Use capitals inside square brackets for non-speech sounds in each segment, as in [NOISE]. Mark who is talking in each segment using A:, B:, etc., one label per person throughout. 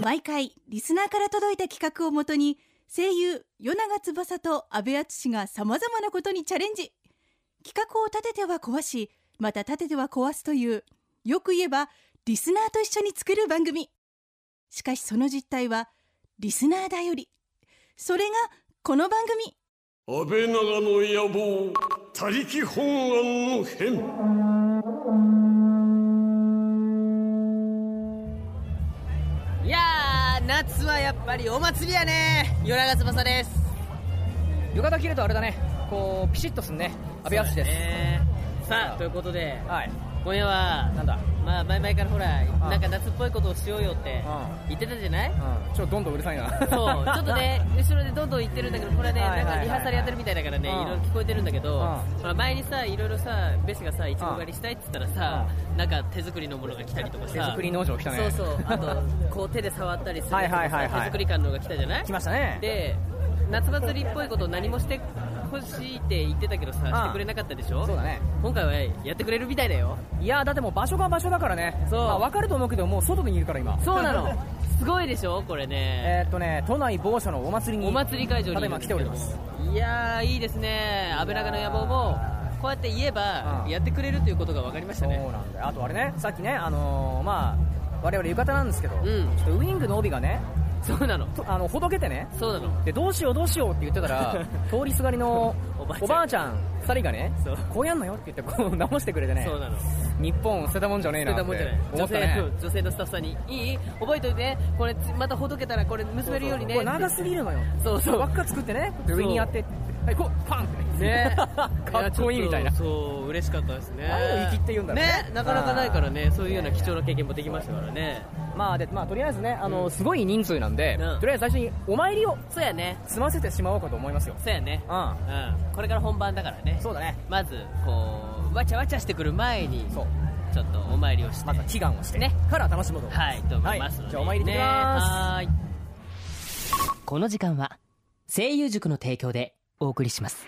A: 毎回リスナーから届いた企画をもとに声優与永翼と阿部淳がさまざまなことにチャレンジ企画を立てては壊しまた立てては壊すというよく言えばリスナーと一緒に作る番組しかしその実態はリスナーだよりそれがこの番組
B: 安倍長の野望他力本願の変
C: いやー夏はやっぱりお祭りやね夜長翼です
D: 浴衣着るとあれだねこうピシッとすんね阿部淳です、
C: ねさあということで
D: はい
C: 今夜は
D: なんだ
C: まあ前々からほら
D: ん
C: なんか夏っぽいことをしようよって
D: うん
C: 言ってたじゃない
D: うんちょっとどんどんうるさいな
C: そうちょっと
D: [LAUGHS]
C: ね後ろでどんどん言ってるんだけどこれはね
D: は
C: な
D: いは
C: ん
D: いはい
C: かリハーサルやってるみたいだからねい
D: うん
C: ろいろ聞こえてるんだけど
D: ん
C: まあ前にさいろいろさベスがさいちご狩りしたいって言ったらさなんか手作りのものが来たりとかさ
D: 手作り農場来たね
C: そうそうあとこう手で触ったりする
D: は
C: やつ
D: い
C: と
D: はいはい
C: かさ
D: はい
C: 手作り感のが来たじゃない
D: 来ましたね
C: で夏祭りっぽいことを何もしてほしいって言ってたけどさ、
D: ん
C: してくれなかったでしょ
D: そうだね
C: 今回はやってくれるみたいだよ
D: いやーだってもう場所が場所だからね
C: そう
D: まあ、分かると思うけどもう外にいるから今
C: そうなの [LAUGHS] すごいでしょこれね、
D: えーっとね都内某所のお祭りに
C: お祭り会場に
D: ただいま来ております
C: いやーいいですね安倍長の野望もこうやって言えば
D: うん
C: やってくれるということが分かりまし
D: そ
C: た
D: う
C: ね
D: なんだよあとあれねさっきねあのー、まあ我々浴衣なんですけど、
C: ん
D: ちょっとウイングの帯がね
C: そうなの
D: とあのほどけてね
C: そうなの
D: でどうしようどうしようって言って
C: [LAUGHS]
D: たら通りすがりの
C: おばあちゃん
D: おばあちゃん2人がね
C: そう
D: こうやんのよって言ってこう [LAUGHS] 直してくれてね
C: そうなの
D: 日本捨てたもんじゃねえなって
C: もんじゃない
D: 思
C: 女
D: っ
C: 性,、
D: たね
C: 女性のスタッフさんにいい覚えといてこれまたほどけたらこれ結べるようにね
D: これ長すぎるのよ
C: そうそう
D: 輪っか作ってね上にやってはいこうパンっ
C: [LAUGHS]
D: て [LAUGHS]
C: ね
D: かっこいいみたいな
C: やちょっとそう嬉しかったですね
D: ああいうの粋って言うんだろうね
C: なかなかないからねそういうような貴重な経験もできましたからね
D: まあでまあとりあえずねあのすごい人数なんで
C: うん
D: とりあえず最初にお参りを
C: そうやね
D: 済ませてしまおうかと思いますよ
C: そうやね
D: うん
C: うんこれから本番だからね
D: そうだね
C: まずこうわちゃわちゃしてくる前に
D: そう
C: ちょっとお参りをして
D: まずは祈願をして
C: ね
D: から楽しもうと思います
C: はいと思いますので、ね
D: はいじゃあお参り行ってきます
C: はーいこの時間は声優塾の提供でお送りします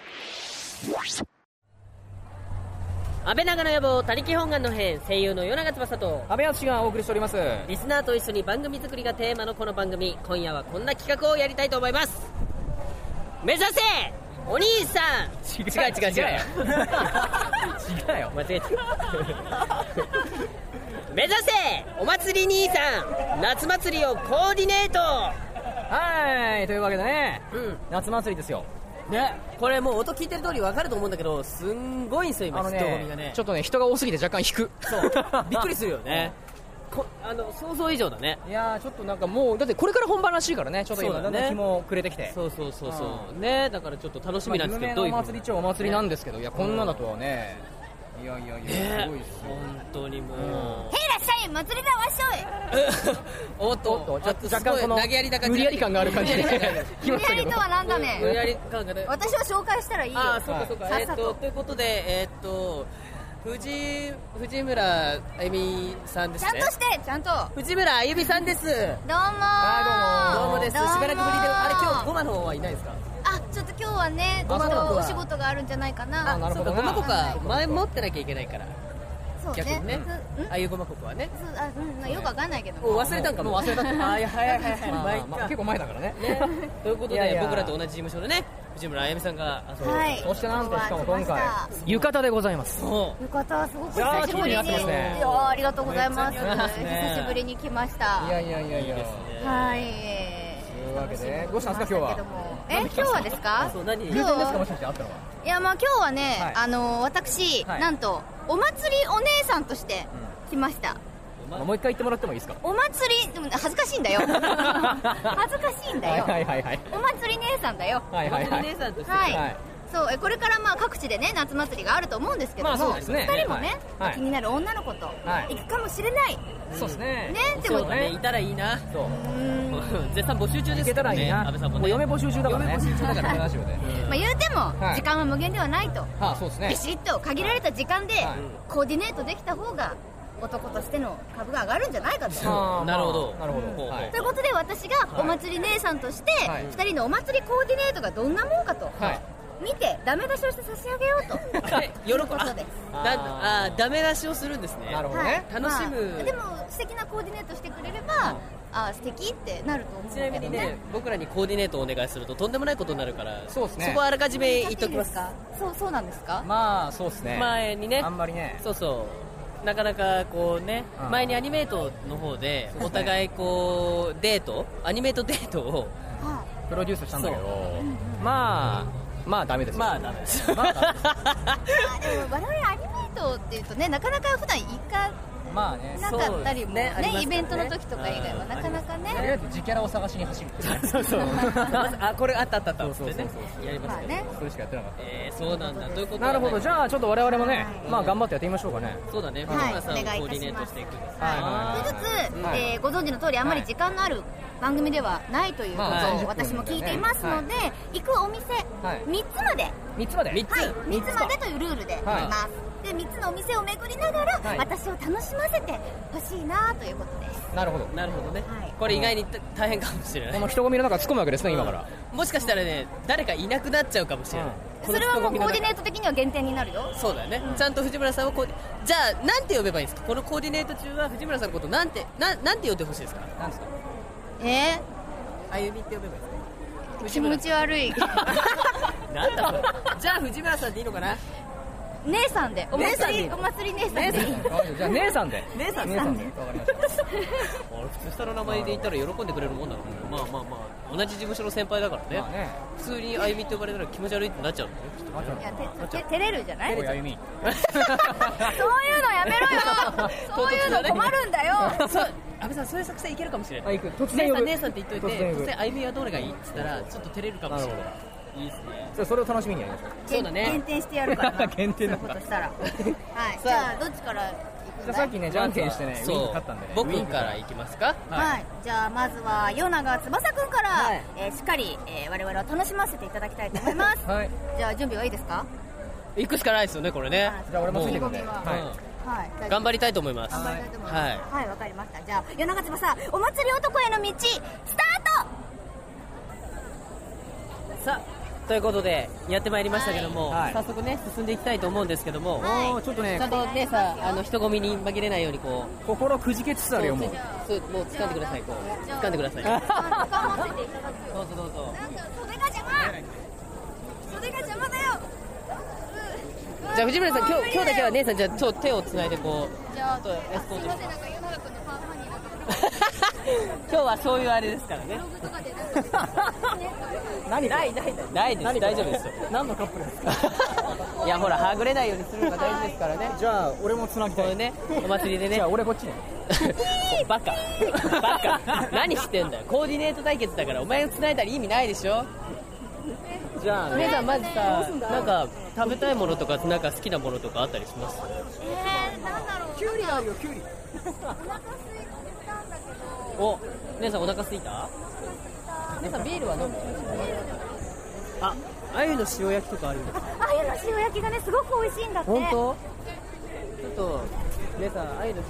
C: 安倍長の野望他力本願の編声優の与永翼と
D: 安倍淳がお送りしております
C: リスナーと一緒に番組作りがテーマのこの番組今夜はこんな企画をやりたいと思います目指せお兄さん違う違う [LAUGHS] 違う
D: 違うよ
C: 間違えた [LAUGHS] 目指せお祭り兄さん夏祭りをコーディネート
D: はいというわけでね
C: うん
D: 夏祭りですよ
C: ねこれもう音聞いてる通り分かると思うんだけどすんごいんですよ今
D: あの
C: 人混みが
D: ね
C: ね
D: ちょっとね人が多すぎて若干引く
C: そう [LAUGHS] びっくりするよね [LAUGHS] こあの想像以上だね
D: [LAUGHS] いやーちょっとなんかもうだってこれから本番らしいからねちょっと今
C: そう
D: だ
C: だ
D: ん
C: ね
D: だん日も暮れてきて
C: そうそうそうそうねだからちょっと楽しみなんですけど
D: まあ
C: どう
D: 有
C: い
D: 名
C: う
D: な
C: ふ
D: お
C: うに
D: 祭りっちゃお祭りなんですけどいやこんなだとはねいやいやいや
C: ね
D: すごいっすよ
C: 本当にもう、
E: へいらっしゃい祭りだわっしょい
C: おっ
D: おっと
C: あすごい
D: 若干その
C: 投げやりだ感じ
D: 無理やり感がある感じ
C: [LAUGHS]
D: で
C: 無理やりだね
D: 来ましたけ
E: り
D: ど
E: とはなんだね
C: 無理やり感がね
E: 私を紹介したらいいよ
C: ああそうかそうか、
E: はい
C: えっ
E: さっさ
C: と
E: と
C: ということでえっと藤藤村あゆみさんで
E: ち
C: す
E: ゃん
C: ね
E: としてちゃんとどうも
C: 藤村あゆみさんです
D: あ
C: どうも
E: ー
C: ですしばらくぶりであれ今日ゴマの方はいないですか
E: あちょっと今日はね
D: あ
E: ご
D: そ
E: ま
D: うなんだ
E: とお仕事があるんじゃないかな
D: あなるほど
C: そうかゴマコか前持ってなきゃいけないから
E: そう
C: 逆にね
E: うん
C: ああいうゴマコはね
E: そうあうんなよくわかんないけど
C: もう忘れたんかも
D: もう忘れたって
C: [LAUGHS] あいや早い早い早い
D: まあまあまあ
C: まあ
D: 結構前だからね [LAUGHS]
C: ということで
D: いやいや
C: 僕らと同じ事務所のね藤村あゆみさんがあそう
E: はい
D: そしてなんとしかも今
E: 来
D: 回
E: ました
D: 浴衣でございます
C: そ
E: よかったすごく
D: いやー
E: 久しぶりにい
D: 超似合ってますね
E: やーありがとうございます
C: めっちゃ似合ってますね
E: 久しぶりに来ました
D: いやいやいやいや
E: はい
D: というわけでどうしたんですか今日は
E: え今日はですか
C: そう何
D: 偶
E: 今
D: 然
E: 日
D: です
E: は
D: かもしかして
C: [LAUGHS]
D: あったのはい
E: やまあ今日はね、
D: はい
E: あのー私、
D: はい
E: なんとお祭りお姉さんとして来ました、
D: まあもう一回言ってもらってもいいですか
E: お祭りでも恥ずかしいん
D: [LAUGHS]
E: だよ恥ずかしいんだ
D: はい
E: よ、
D: はいはいはい
E: お祭り姉さんだよ
D: はいはい
C: [LAUGHS]
D: は
C: う
D: い
C: 姉さんとして
E: はい、
D: はい
E: そうえこれからまあ各地でね夏祭りがあると思うんですけども、
D: まあそうですね
E: 2人もね、
D: はい
E: 気になる女の子と
D: はい
E: 行くかもしれない、
D: そうですね
E: ねってこ
C: そう
E: と
C: だねいたらいいな
D: そう
E: うーんま
C: 絶賛募集中です
D: いけた
C: からら
D: いい
C: ね
D: な
C: 安倍さんも
D: も
C: ね
D: う嫁募集中だからね
C: 嫁募集中だからね
D: ラジオで
E: あ言うても、
D: はい
E: 時間は無限ではない
D: [LAUGHS]
E: と
D: はあそうですね
E: ビシッと限られた時間で
D: はい
E: コーディネートできた方が男としての株が上がるんじゃないかと。
D: あー
C: なるほど
D: まあなるほど
C: うん
D: はい
E: ということで私がお祭り姉さんとして
D: はい
E: 2人のお祭りコーディネートがどんなもんかと
D: はい
E: 見てダメ出しをして差し上げようと
C: はい喜ぶあ
E: そうです
C: だあダメ出しをするんですね
D: なるほどね
C: 楽しむ
E: まあでも素敵なコーディネートしてくれれば、ああ素敵ってなると思う
C: ちなみにね僕らにコーディネートをお願いするととんでもないことになるから
D: そうっすね
C: こはあらかじめ言っ
E: 言
C: と
E: っ
C: き
E: て
C: ま
E: おきま
C: すす
E: かそうそうなんですか
D: まあそうですね
C: 前にね
D: あんまりね
C: そうそうなかなかこうね、
D: うん
C: 前にアニメートの方でお互いこうデートアニメートデートを
E: は
D: プロデュースしたんだけどまあまあダメですよ
C: まあダメです
D: まあダメです
E: いあでも我々アニメートっていうとねなかなか普段行か
D: まあね
E: なかったりもね
C: そうですねありますからね
E: イベントの時とか以外はなかなか
D: とりあえ
E: ね
D: ず自キャラを探しに走るっていう
C: [LAUGHS]
D: ね
C: そうそうあこれあったあったあったっつって
D: そう
C: ね
D: そうそうそう
C: やりま
E: まあ
C: すけど、
E: ね
D: それしかやってなかっ
C: えー、そうなんだということ
D: たなるほどじゃあちょっと我々もね
E: はい
D: まあ頑張ってやってみましょうかね
C: あそうだね、
E: はい
C: 皆さん
E: お願いい
C: をコー
E: た
C: ディネ
E: し
C: ー
E: ま
C: ト
E: す
C: していくんですね
D: はい
E: 一つずつ、
D: はい
E: えーご存知の通りあまり時間のある番組ではないというこ
D: まあ
E: と
D: 30
E: を私も聞いていますので、
D: は
E: 行くお店
D: はい
E: 3つまで、
D: 3つまで
C: 三つ
E: はい、
D: 三
E: 3
D: つ
E: つまでというルールでいます、で3つのお店を巡りながら、
D: はい
E: 私を楽しませてほしいなということです
D: なるほど
C: なるほどね、
E: はい
C: これ意外にた大変かもしれない
D: この人混みの中突っ込むわけですね今から
C: もしかしたらね誰かいなくなっちゃうかもしれない、
D: う
E: それはもうコーディネ
C: ー
E: ート的には減点になるよ
C: トそうだよね、ちゃんと藤村さんはこうじゃあなんて呼べばいいんですかこのコーディネート中は藤村さんのことなんてななんて呼んでほしいですか
D: なんですか
E: えー、
C: あゆみって呼べばいいです
E: 気持ち悪
D: [LAUGHS]
E: い
C: かなんだそ [LAUGHS] れじゃあ藤村さんでいいのかな
E: 姉さんでお祭
C: 姉
E: り
C: さんで
E: お祭り姉さんでいい
D: じゃあ姉さんで
C: 姉さんで
D: 姉さんでわかりました
C: 俺普通下の名前で言ったら喜んでくれるもんなのまあまあまあ同じ事務所の先輩だからね,、
D: まあね
C: 普通にあゆみって呼ばれたら気持ち悪いってなっちゃうのねきっと
D: あちょっ
E: い
D: と
E: やてて照れるじゃない
D: おいあゆみ
E: そういうのやめ
D: [LAUGHS]
E: ろよそういうの困るんだよ
C: そう安倍さんそういう作戦いけるかもしれな
D: あ
C: い
D: いく突
C: 姉
D: 然
C: さ
D: 呼
C: ん
D: ぶ
C: 姉さんって言っとい
D: 突
C: て
D: 然呼ぶ
C: 突然あゆみはどれがいいって言ったらちょっと照れるかもしれない
D: ない
C: いですね
D: それそれを楽しみにやりましょう
C: そうだね
E: 減点してやる
C: [LAUGHS]
E: からな
D: 減点なん
E: そうい
D: だ
E: うことしたらはいじゃあどっちから
D: じゃ
E: 行くんだい
D: あさっきねじゃんけんしてねウィンク勝ったんでねウィン
C: 僕
D: ク
C: からいきますか
E: はい、じゃあまずは与永翼くんから、
C: はい
E: えーしっかり、えー我々を楽しませていただきたいと思います
D: はい
E: じゃあ準備はいいですか
C: 行くしかないですよねこれね
D: じゃあ俺もついてくんで
E: 意気込みは
D: はい
E: はい大丈夫
C: 頑張りたいと思います
E: 頑張りたいと思います
C: は
E: はいいわ、かりましたじゃあ与永翼お祭り男への道スタート
C: さあということでやってまいりましたけども、
D: はい
C: 早速ね進んでいきたいと思うんですけども、
E: はい
D: おーちょっとね
C: ちゃんとねさあの人混みに紛れないようにこう
D: 心くじけつつあるよもう
C: そうもう掴んでくださいこう掴んでくだ
D: [LAUGHS]
C: さい
E: 頑張っていただくよ
C: どうぞどうぞ
E: なんか袖が邪魔袖が邪魔だようう
C: じゃあ藤村さん今日今日だけは
E: ね
C: 姉さんじゃあちょっと手をつないでこう [LAUGHS]
E: じゃあ
C: ちょっとエスコートします
E: いませんなんか世の中のファンファンになんか
C: 今日はそういうあれですからね
E: ブログとかでなんかね
D: 何ないない
C: ないです大丈夫ですよ
D: 何のカップルですか
C: [LAUGHS] いやほらはぐれないようにするのが大事ですからね
D: じゃあ俺もつなぎ
C: こ
D: た
C: れ
D: い
C: ねお祭りでね
D: じゃあ俺こっちね
C: [LAUGHS] バカバカ何してんだよコーディネート対決だからお前を繋いだら意味ないでしょじゃあ皆さんまずさなんか食べたいものとかなんか好きなものとかあったりします
E: えー、なんだろう
D: キュウリあるよキュウリ
C: お姉さんお腹すいた姉さんビールは飲むああゆの塩焼きとかあるんです
E: あゆの塩焼きがねすごく美味しいんだって
C: 当ちょっと姉さんあゆの塩焼き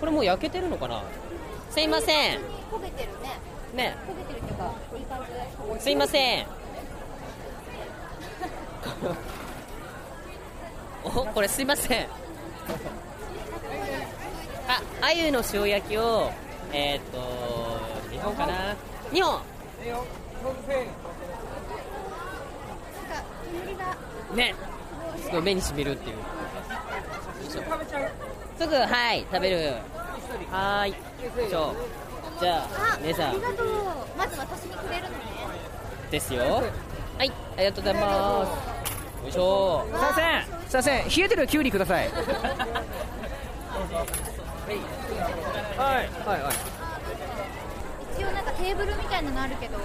C: これもう焼けてるのかなすいません
E: 焦げてるね
C: ね
E: 焦げてるっていうかいい感じです
C: いません。お、これすいません。あ、鮎の塩焼きを、えーっ、と、日本かな。日本。
E: なんか煙が
C: ね。すごい目にしみるっていう。すぐ、はい、食べる。はーい。ちょじゃあ、姉さ
E: あり
C: ん
E: がとうまず私にくれるのね
C: ですよ。はい、ありがとうございます。よいしょ。
D: すいませんすいません冷えてるキュウリくださいはいはいは
E: 一応なんかテーブルみたいなのあるけどもう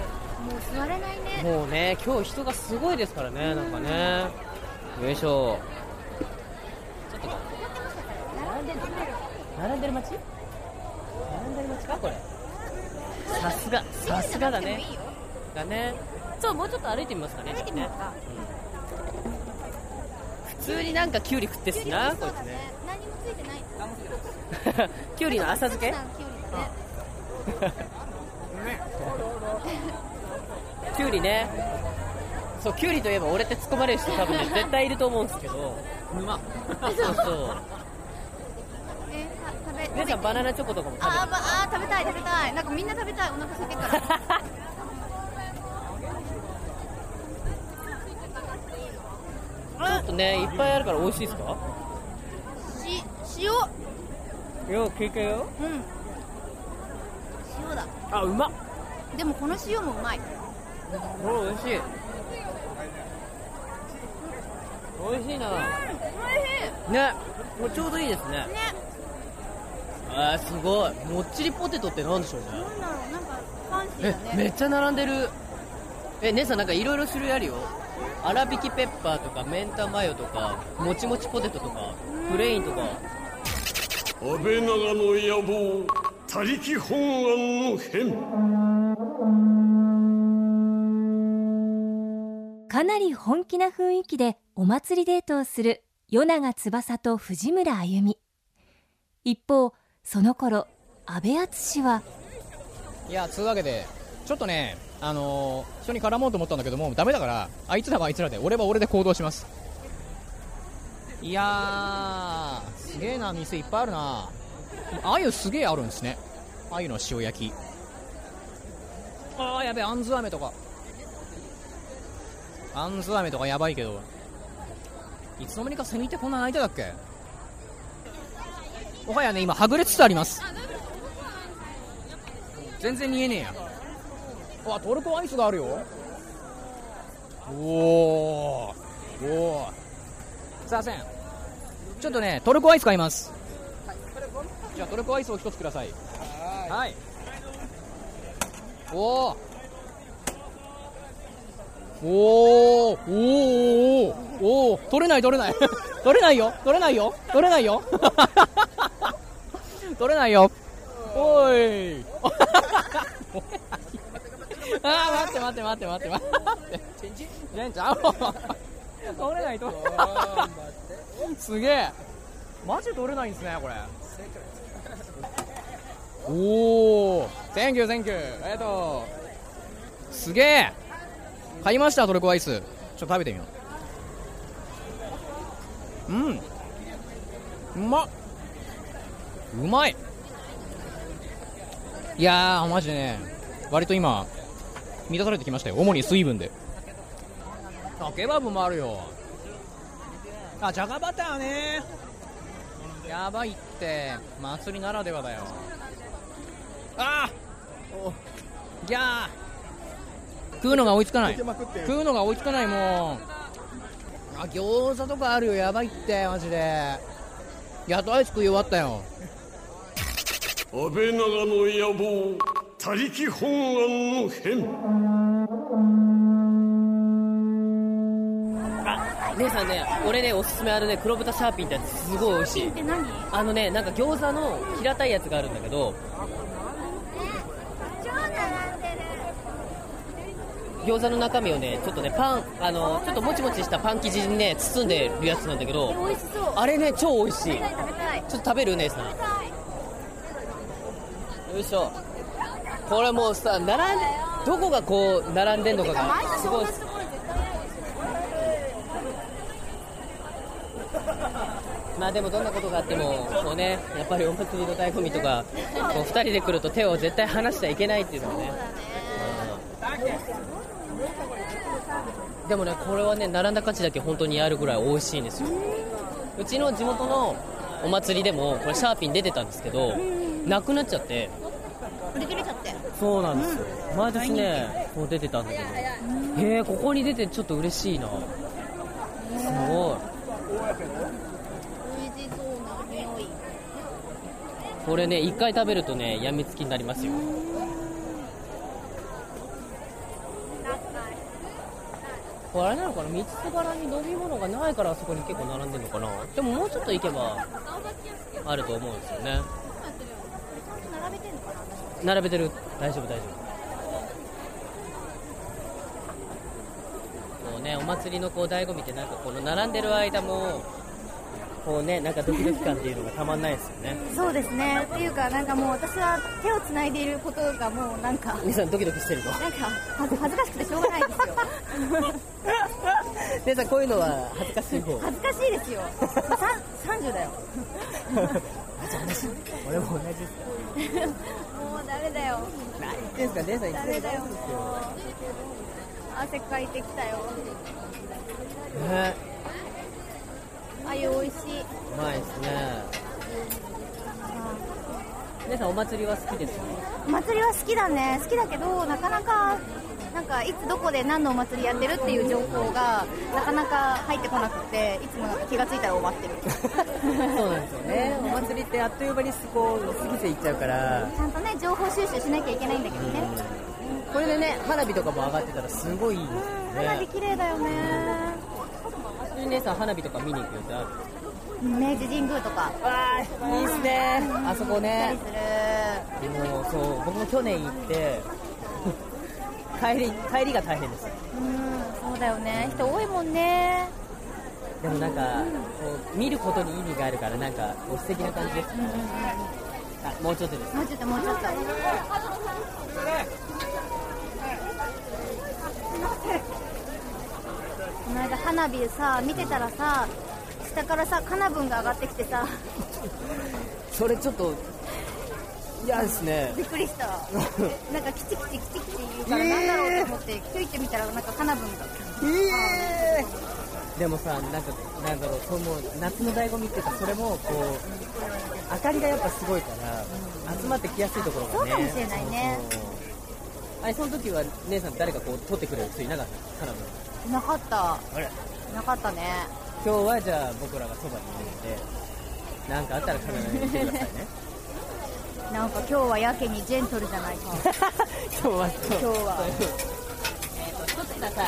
E: 座れないね
C: もうね、今日人がすごいですからね、なんかね。よいしょ。ちょっとこう
E: 並んでる
C: 並んでる街並んでる街かこれ。さすが、さすがだね。だね。ちょっともうちょっと歩いてみますかね。
E: 歩いてみますか
C: 普通になんかキュウリ食ってっすな、こいつね。
E: 何もついてない
C: [LAUGHS] キュウリの浅漬け
E: きゅうりだね
C: キュウリね。そう、キュウリといえば俺って突っ込まれる人多分 [LAUGHS] ね、絶 [LAUGHS] 対いると思うんですけど。沼。そうそう。
E: えー、さ食べ
C: 姉ちゃんバナナチョコとかも食べ
E: あー、まあー食べたい食べたいなんかみんな食べたいお腹空いてる [LAUGHS] から
C: るちょっとねいっぱいあるから美味しいですか
E: し塩
C: いや聞いたよ
E: うん塩だ
C: あうまっ
E: でもこの塩もうまい
C: これ美味しい美味しいな
E: うんおいしい
C: ねこれちょうどいいですね
E: ね
C: あーすごいもっちりポテトってなんでしょうね
E: なんだろうなんかファンシー
C: え
E: だ
C: め
E: ね
C: っちゃ並んでるえ姉さんなんかいろいろ種類あるよ粗挽きペッパーとかメンタマヨとかもちもちポテトとかプレインとか
B: 安倍長の野望他力本願の変
F: かなり本気な雰囲気でお祭りデートをする与永翼と藤村あゆみ一方その頃安倍敦は、
D: いやつうわけでちょっとねあのー人に絡もうと思ったんだけどもうダメだからあいつらはあいつらで俺は俺で行動しますいやーすげえな店いっぱいあるなあゆすげえあるんですねあゆの塩焼きあーやべえあんず飴とかあんず飴とかやばいけどいつの間にかセミってこんな泣いてたっけおはやね今はぐれつつあります全然見えねえやわトルコアイスがあるよおおおおすいませんちょっとねトルコアイス買いますじゃあトルコアイスを一つくださいはいおおおーおーおーおお取れない取れない [LAUGHS] 取れないよ取れないよ取れないよ [LAUGHS] 取れないよおい [LAUGHS] あー待って待って待って待って待ってジェンちゃん取れないとすげえマジで取れないんですねこれおおセンキューセンキューありがとうすげえ買いましたトルコアイスちょっと食べてみよううんうまっうまいいやーマジでね割と今満たされてきましたよ主に水分であケバブもあるよあじゃがバターねやばいって祭りならではだよあーおいやー食うのが追いつかない食うのが追いつかないもんあ餃子とかあるよやばいってマジでやっとアイス食い終わったよ
B: 安倍長の野望他力本願の変
C: あ姉さんね俺ねおすすめあるね黒豚シャーピンってやつすごい美味しい
E: え何
C: あのねなんか餃子の平たいやつがあるんだけど
E: 超並んでる
C: 餃子の中身をねちょっとねパンあのちょっともちもちしたパン生地にね包んでるやつなんだけど
E: 美味しそう
C: あれね超美味しいちょ
E: 食べたい
C: っと食べる姉さん
E: 食べたい
C: よいしょこれもうさ並んでどこがこう並んでんのかが
E: 毎
C: す
E: 年
C: ごい
E: 同じところに絶対ないでし
C: まあでもどんなことがあってもこうねやっぱりお祭りの醍醐味とかこう2人で来ると手を絶対離しちゃいけないっていうのがねうんでもねこれはね並んだ価値だけ本当にあるぐらい美味しいんですようちの地元のお祭りでもこれシャーピン出てたんですけどなくなっちゃって
E: ょ売り切れちゃって
C: そうなんですよ、毎年ねこう出てたんだけどへえここに出てちょっと嬉しいなすごい
E: 美味しそうな匂い
C: これね一回食べるとねやみつきになりますよこれあれなのかな三つ柄に飲み物がないからあそこに結構並んでるのかなでももうちょっと行けばあると思うんですよね
E: 並べてんのかな
C: 並べてる大丈夫大丈夫こうねお祭りのこう醍醐味ってなんかこの並んでる間もこうねなんかドキドキ感っていうのがたまんないですよ [LAUGHS] ね
E: そうですねっていうかなんかもう私は手をつないでいることがもうなんか
C: 姉さんドキドキしてるの
E: なんか恥ず恥ずかしくてしょうがないですよ
C: [LAUGHS] 姉さんこういうのは恥ずかしい方
E: 恥ずかしいですよさん30だよ
C: 俺も同じですか
E: もうダメだよ
C: 何言ってんすか姉さんい
E: ダ
C: つも
E: メだ
C: 大丈夫です
E: よ
C: よ
E: 汗かいてきたよ
C: ね
E: あゆ美味しいう
C: まいですね姉さんお祭りは好きですか
E: お祭りは好きだね好きだけどなかなかなんかいつどこで何のお祭りやってるっていう情報がなかなか入ってこなくていつもなんか気がついたら終わってる
C: [LAUGHS] そうなんですよね。お祭りってあっという間にこう過ぎていっちゃうから、
E: ちゃんとね情報収集しなきゃいけないんだけどね
C: これでね、花火とかも上がってたらすごいいいですよね。
E: 花火綺麗だよね
C: いい姉さん、花火とか見に行く予定ある
E: 明治神宮とか
C: わー、いいっすね。あそこ
E: 行ったり
C: ね
E: す。る
C: もう、そう、僕も去年行って、 [LAUGHS] 帰り、帰りが大変です。
E: うんそうだよね人多いもんね
C: でもなんか、こう見ることに意味があるから、なんか、こう素敵な感じです。あ、もうちょっとです。
E: もうちょっともうちょっとこの間花火さ見てたらさ下からさカナブンが上がってきてさ
C: それちょっと、嫌ですね。
E: びっく
C: [LAUGHS]
E: りしたなんかキチキチキチキチ言うからなんだろうと思って気づいてみたらなんかカナブンが
C: でもさ、なんか、なんだろう、その夏の醍醐味っていうか、それもこう、明かりがやっぱすごいから、集まってきやすいところがね、
E: そうかもしれないね
C: そうそう。あれ、その時は姉さん、誰かこう、撮ってくれる人いなかったかな
E: なかった
C: あれ
E: なかったね
C: 今日はじゃあ、僕らがそばにいるので、なんかあったら必ず言ってくだ [LAUGHS] さいね。
E: なんか今日はやけにジェントルじゃないか
C: 今日は、今
E: 日は。
C: えっと、撮ってください。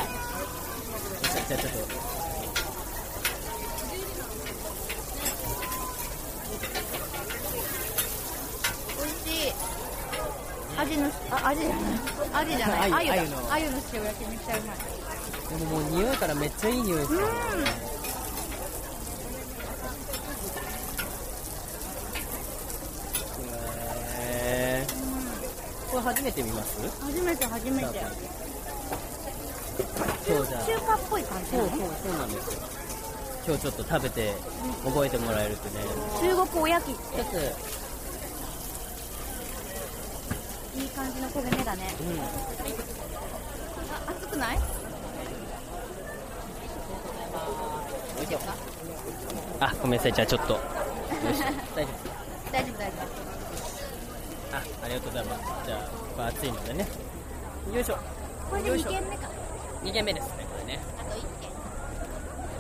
C: じゃあ、じゃあちょっと。
E: 美味しいアジのあアジじゃないアジじゃない
C: あ
E: ア
C: 鮎
E: ユだ
C: 鮎の
E: アユの塩焼きめっちゃうまい
C: でももう匂いからめっちゃいい匂いですよねへーこれ初めて見ます
E: 初めて初めて
C: 今日じゃあ
E: 中華っぽい感じ
C: そ
E: だ
C: う
E: ね
C: そうそうなんですよ今日ちょっと食べて覚えてもらえるとね
E: 中国おやきっ
C: 一つ
E: ていい感じの焦げ目だね
C: うん
E: あ熱くない
C: あごめんなさいじゃあちょっとよし大丈夫
E: 大丈夫大丈
C: あありがとうございますじゃあこれ熱いのでねよいしょ
E: 夫これで2軒目か
C: 2軒目ですねこれね
E: あと1
C: よ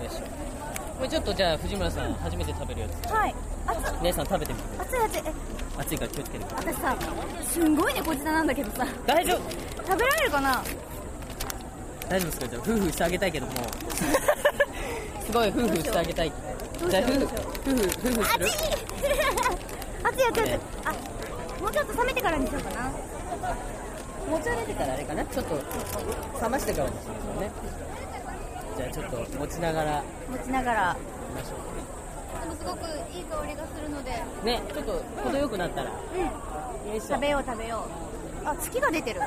C: いしょこれちょっとじゃあ藤村さん初めて食べるやつ
E: 軒はい熱っ
C: 姉さん食べてみてくだ
E: 熱い熱いえ
C: さい熱いから気をつけてください
E: 私さすんごい猫舌なんだけどさ
C: 大丈夫
E: 食べられるかな
C: 大丈夫ですかじゃあ夫婦してあげたいけどもすごい夫婦してあげたい
E: どう
C: じ
E: し
C: ゃあ夫
E: よ
C: 婦
E: うどうしよ
C: 夫婦夫婦す
E: う
C: る
E: 熱い熱い熱い熱いあもうちょっと冷めてからにしようかな
C: もうちょい出てからあれかなちょっと冷ましてからもしれないですよねじゃあちょっと持ちながら
E: 持ちながら
C: 行きましょ
E: でもすごくいい香りがするので、
C: うねちょっと程よくなったら、
E: うん、
C: よいしょ
E: 食べよう食べよう。あ、月が出てる。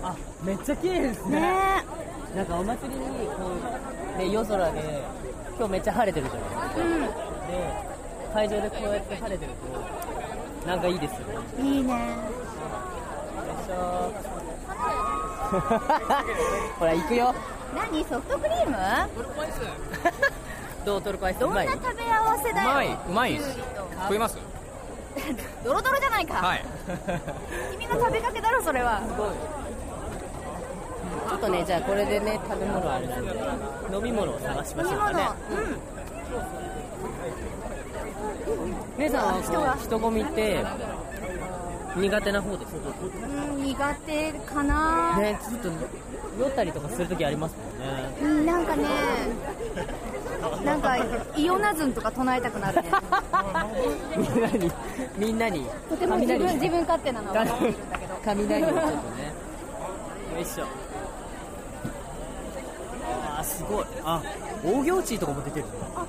C: あめっちゃ綺麗ですね
E: ね
C: なんかお祭りにこう、ね、夜空で今日めっちゃ晴れてるじゃないですかで会場でこうやって晴れてるとなんかいいですよねよい
E: うん、いいね。
C: しょほら行くよ
E: 何ソフトクリーム？
C: どうトルコアイスう
E: どん
C: ま
E: ない食べ合わせだよ。
D: うまいうまい
E: きゅ
D: で
E: う
D: す
E: り
D: 食えます
E: と [LAUGHS] ドロドロじゃないか。
D: はい
E: 君の食べかけだろそれは。
C: ちょっとねじゃあこれでね食べ物あれなんで飲み物を探しま
E: 飲
C: しょ
E: み
C: う
E: 物。
C: かね姉さんは
E: 人が
C: こう人混みって苦手な方です
E: うん、うん、苦手かな。
C: ねちょっと酔ったりとかするときありますもんね
E: うん、なんかね。なんかイオナズンとか唱えたく
C: [LAUGHS]
E: なるね。
C: みんなにみんなに
E: とても自分自分勝手なのは分かっているんだけど。
C: 雷をちょっとねよいしょあ
G: あすごいあ大行地とかも出てるね
E: あ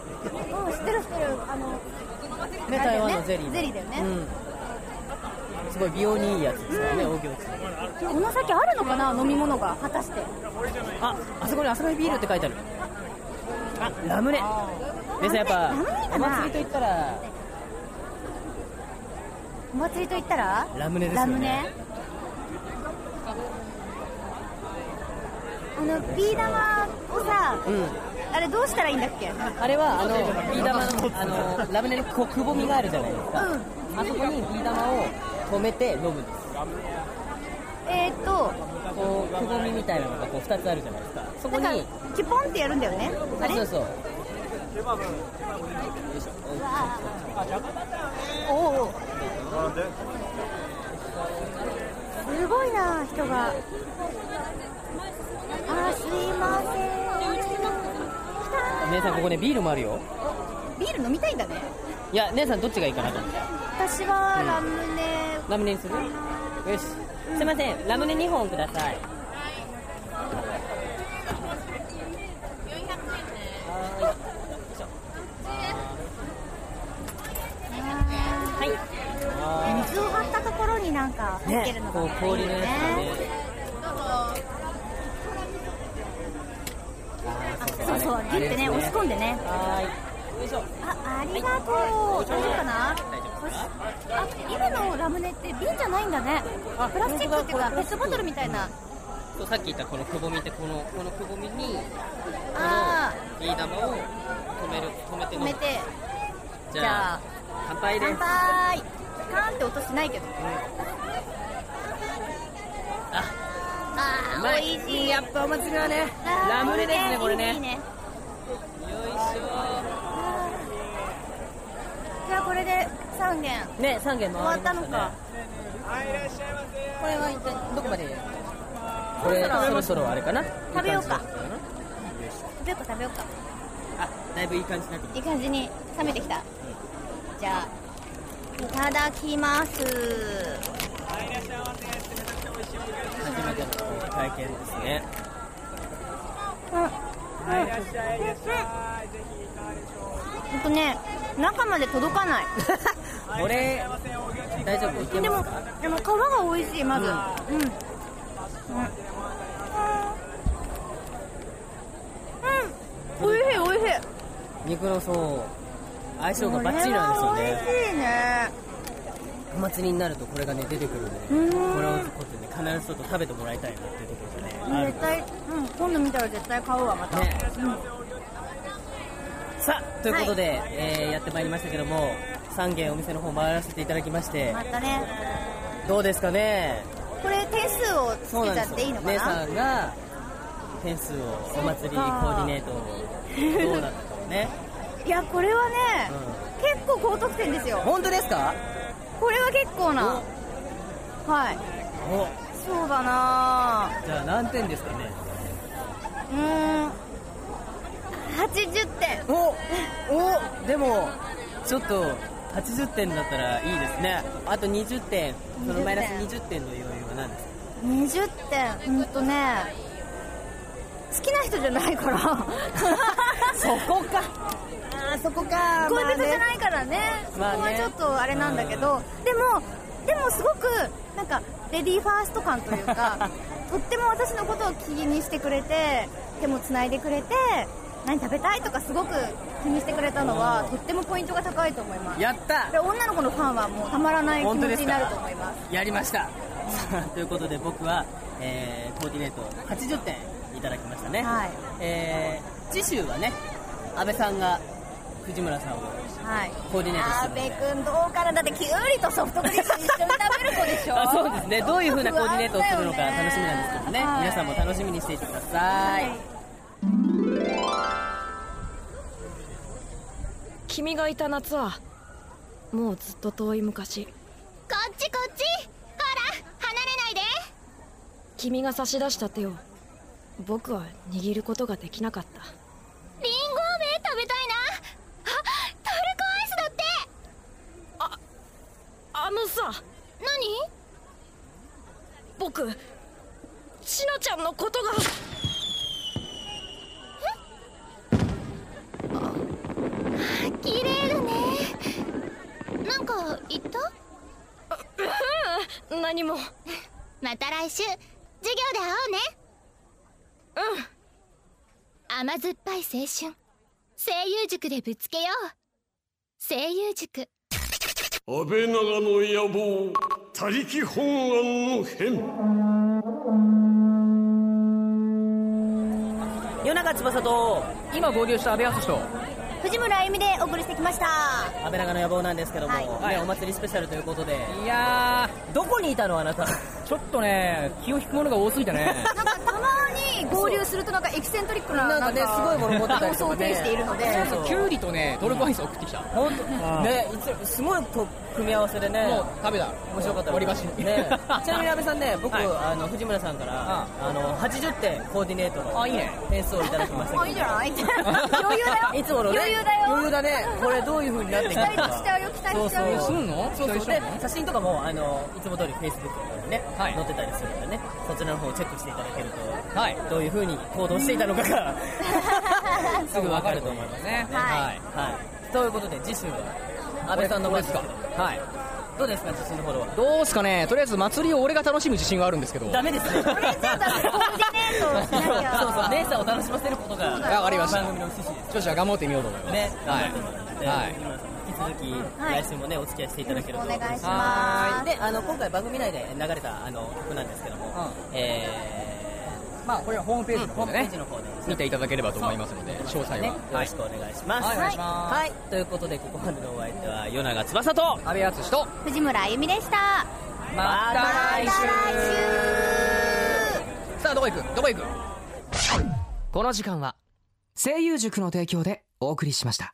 E: うん知ってる知ってるあの
C: ね
E: あれだ
C: 台
E: よ
C: 湾のゼリー
E: ゼリーだよね、
C: うん、すごい美容にいいやつですからね、大行地
E: この先あるのかな飲み物が果たして
C: ああそこに朝日ビールって書いてあるあラムネ皆さんやっぱ
E: ラムネか
C: お
E: な
C: 祭りといったら
E: お祭りと言ったら
C: ラムネですよ
E: ラ
C: ね
E: ムネあのビー玉をさ、
C: うん
E: あれどうしたらいいんだっけ
C: あれはあのビー玉のあのラムネのこうくぼみがあるじゃないですか、あそこにビー玉を止めて飲むんです
E: えー、っと
C: こうくぼみみたいなのがこう2つあるじゃないですかそこに
E: なんかキュポンってやるんだよねあれ
C: そうそう
E: おおうすごいな人があーすいませ
C: 姉さんここねビールもあるよ
E: んビール飲みたいんだね
C: いや姉さんどっちがいいかなと思って
E: 私はラムネ
C: ラムネにするよしすいませんラムネ2本ください
E: 水を張ったところになんか入ってるのが
C: こう
E: いい
C: 氷のやつだね
E: そうそうギュッてね押し込んでね
C: は
E: あありがとう大丈夫かなよしあ今のラムネって瓶じゃないんだねプラスチックっていうかペットボトルみたいな
C: ーいさっき言ったこのくぼみってこのこのくぼみに
E: あ
C: ビー玉を止める止めて飲
E: ー埋
C: む
E: めて
C: じ
E: じゃ
C: ゃ
E: あ
C: あ乾杯です
E: 乾杯カーンって音しないけどあ
C: う
E: あ
C: ま
E: ー
C: い
E: 美味しい
C: やっぱお祭りはね
E: あー
C: ラムネですねこれ
E: いい
C: ね
E: ね
C: よいし
E: じゃあこれで3軒
C: ょね三3軒回り
E: 終わったの
C: ました
E: か
C: ね
E: これは一体
C: どこまでこれそろそろあれかな
E: 食べようか
C: いい感じだったな
E: 食べようか食べようか
C: あだいぶいい感じになってき
E: いい感じに冷めてきたじゃあいただきます
C: た初めての体験ですね
E: ほんとね中まで届か [LAUGHS] ない
C: これ大丈夫いけ
E: で
C: ま
E: も
C: すか
E: でも皮が美味しいまずうん、うんうん美味しい美味しい
C: 肉のそう相性がバッチリなんですよね
E: これは美味しいね
C: お祭りになるとこれがね出てくるんで、ね、こ
E: うん
C: れをこうやってね必ずちょっと食べてもらいたいなっていうところがねある
E: 絶対、うん、今度見たら絶対買うわまた、
C: ねさあということで、えーやってまいりましたけども3軒お店の方回らせていただきまして
E: またね
C: どうですかね
E: これ点数をつ
C: そうなん
E: けち
C: で
E: ゃ
C: す
E: っていいのか
C: 姉
E: な
C: さんが点数をお祭りコーディネートをどうだったかをね、
E: いやこれはね、
C: う
E: 結構高得点ですよ
C: 本当ですか
E: これは結構なはい
C: お
E: そうだな
C: じゃあ何点ですかね
E: うーん80点
C: おおでもちょっと80点だったらいいですねあと20点そのマイナス20点の要因は何ですか
E: 20点うんとね好きな人じゃない [LAUGHS] から
C: そこか
E: あーそこか恋人じゃないからね,、
C: まあね
E: そこはちょっとあれなんだけど、でもでもすごくなんかレディーファースト感という [LAUGHS] かとっても私のことを気にしてくれて手もつないでくれて何食べたいとかすごく気にしてくれたのはとってもポイントが高いと思います
C: やった
E: で女の子のファンはもうたまらない気
C: 本当
E: 持
C: で
E: ち
C: す
E: に
C: か
E: なると思います
C: やりましたさあ [LAUGHS] ということで僕は、えーコーディネート80点いただきましたね、
E: はい
C: えー次週はね安倍さんが藤村さんを
E: はい
C: コーディネートして
E: 阿
C: る
E: 部君どうかなだってきゅうりとソフトクリーム一緒に食べる子でしょ
C: あそうですねどういう風なコーディネートをするのか
E: 不安だよ
C: 楽しみなんですけどね、
E: はい
C: 皆さんも楽しみにしていてください、
H: 君がいた夏はもうずっと遠い昔
I: こっちこっちほら離れないで
H: 君が差し出した手を僕は握ることができなかった
I: リンゴ飴食べたいなあトルコアイスだって
H: あのさ
I: 何
H: 僕しのちゃんのことが
I: ふん
F: か言った
H: 何も
F: また来週授業で会おうねうん甘酸っぱい青春声優塾でぶつけよう声優塾
B: 安倍長の野望他力本願の変
C: 夜中翼と
D: [LAUGHS] 今合流した安倍敦と
E: 藤村あゆみでお送りしてきました
C: 安倍長の野望なんですけども、
E: はい
C: ねお祭りスペシャルということで
D: いや
C: どこにいたのあ [LAUGHS] なた
D: ーちょっとね気を引くものが多すぎて [LAUGHS] ね
E: なんかたまに合流するとなんかエキセントリックな
C: なんかねすごいもの持ってたりと
E: を
C: か
E: 想
C: ね
E: 定しているので
C: そう
D: きゅうりとねトルコアイス送ってきたも
C: 本当ねいつすごいこう組み合わせでね
D: う食べた
C: 面白かった
D: 割り箸 [LAUGHS]
C: ねちなみに安倍さんね僕、
D: はい
C: あの藤村さんから、あの80点コーディネートの
D: あいいね
C: 点数をいただきました
E: あいいんじゃない [LAUGHS]
C: [LAUGHS]
E: 余裕だよ
C: いつものね
E: 余裕だよ
C: 余裕だねこれどういう風になっていく
E: 期
C: の
E: 待
C: か
E: しちゃうよ期待しちゃ
C: そ
E: うよ
C: う
D: す
C: そ
D: んの
C: そうそう
D: 期待した
C: で
D: の
C: 写真とかもあのいつも通り Facebook とかにね、
D: はい
C: 載ってたりするのでねそちらの方をチェックしていただけると、
D: はい
C: どういう風に行動していたのかがすぐわかると思います
D: ね
E: はい
C: はいということで次週は安倍さんの番ですか
D: はい
C: どうですか自信のフォローは
D: どうすかねとりあえず祭りを俺が楽しむ自信があるんですけど
C: ダメですね
E: これじゃあだってコーディネートしなきゃ
C: そうそう姉さんを楽しませることが
D: あわかりました
C: 番組の趣旨です
D: ちょっとじゃあ頑張ってみようと思います
C: ね
D: はい
C: は
D: はいい
C: 引き続き
E: はい
C: 来週もねお付き合いしていただけると
E: お願いし
C: は
E: ます
C: いであの今回番組内で流れたあの曲なんですけども、え
D: まあこれはホームページ
C: ー
D: の
C: ホー
D: 方
C: ム
D: で
C: ペ
D: ね
C: ージの方で
D: 見ていただければと思いますので詳細
C: ねよ
D: は
C: ろしくお願いします
D: はいお願いします
C: はいということでここまでのお相手は与永翼と
D: 安倍敦と
E: 藤村あゆみでした
C: また来週
D: さあどこ行くどこ行く
J: この時間は声優塾の提供でお送りしました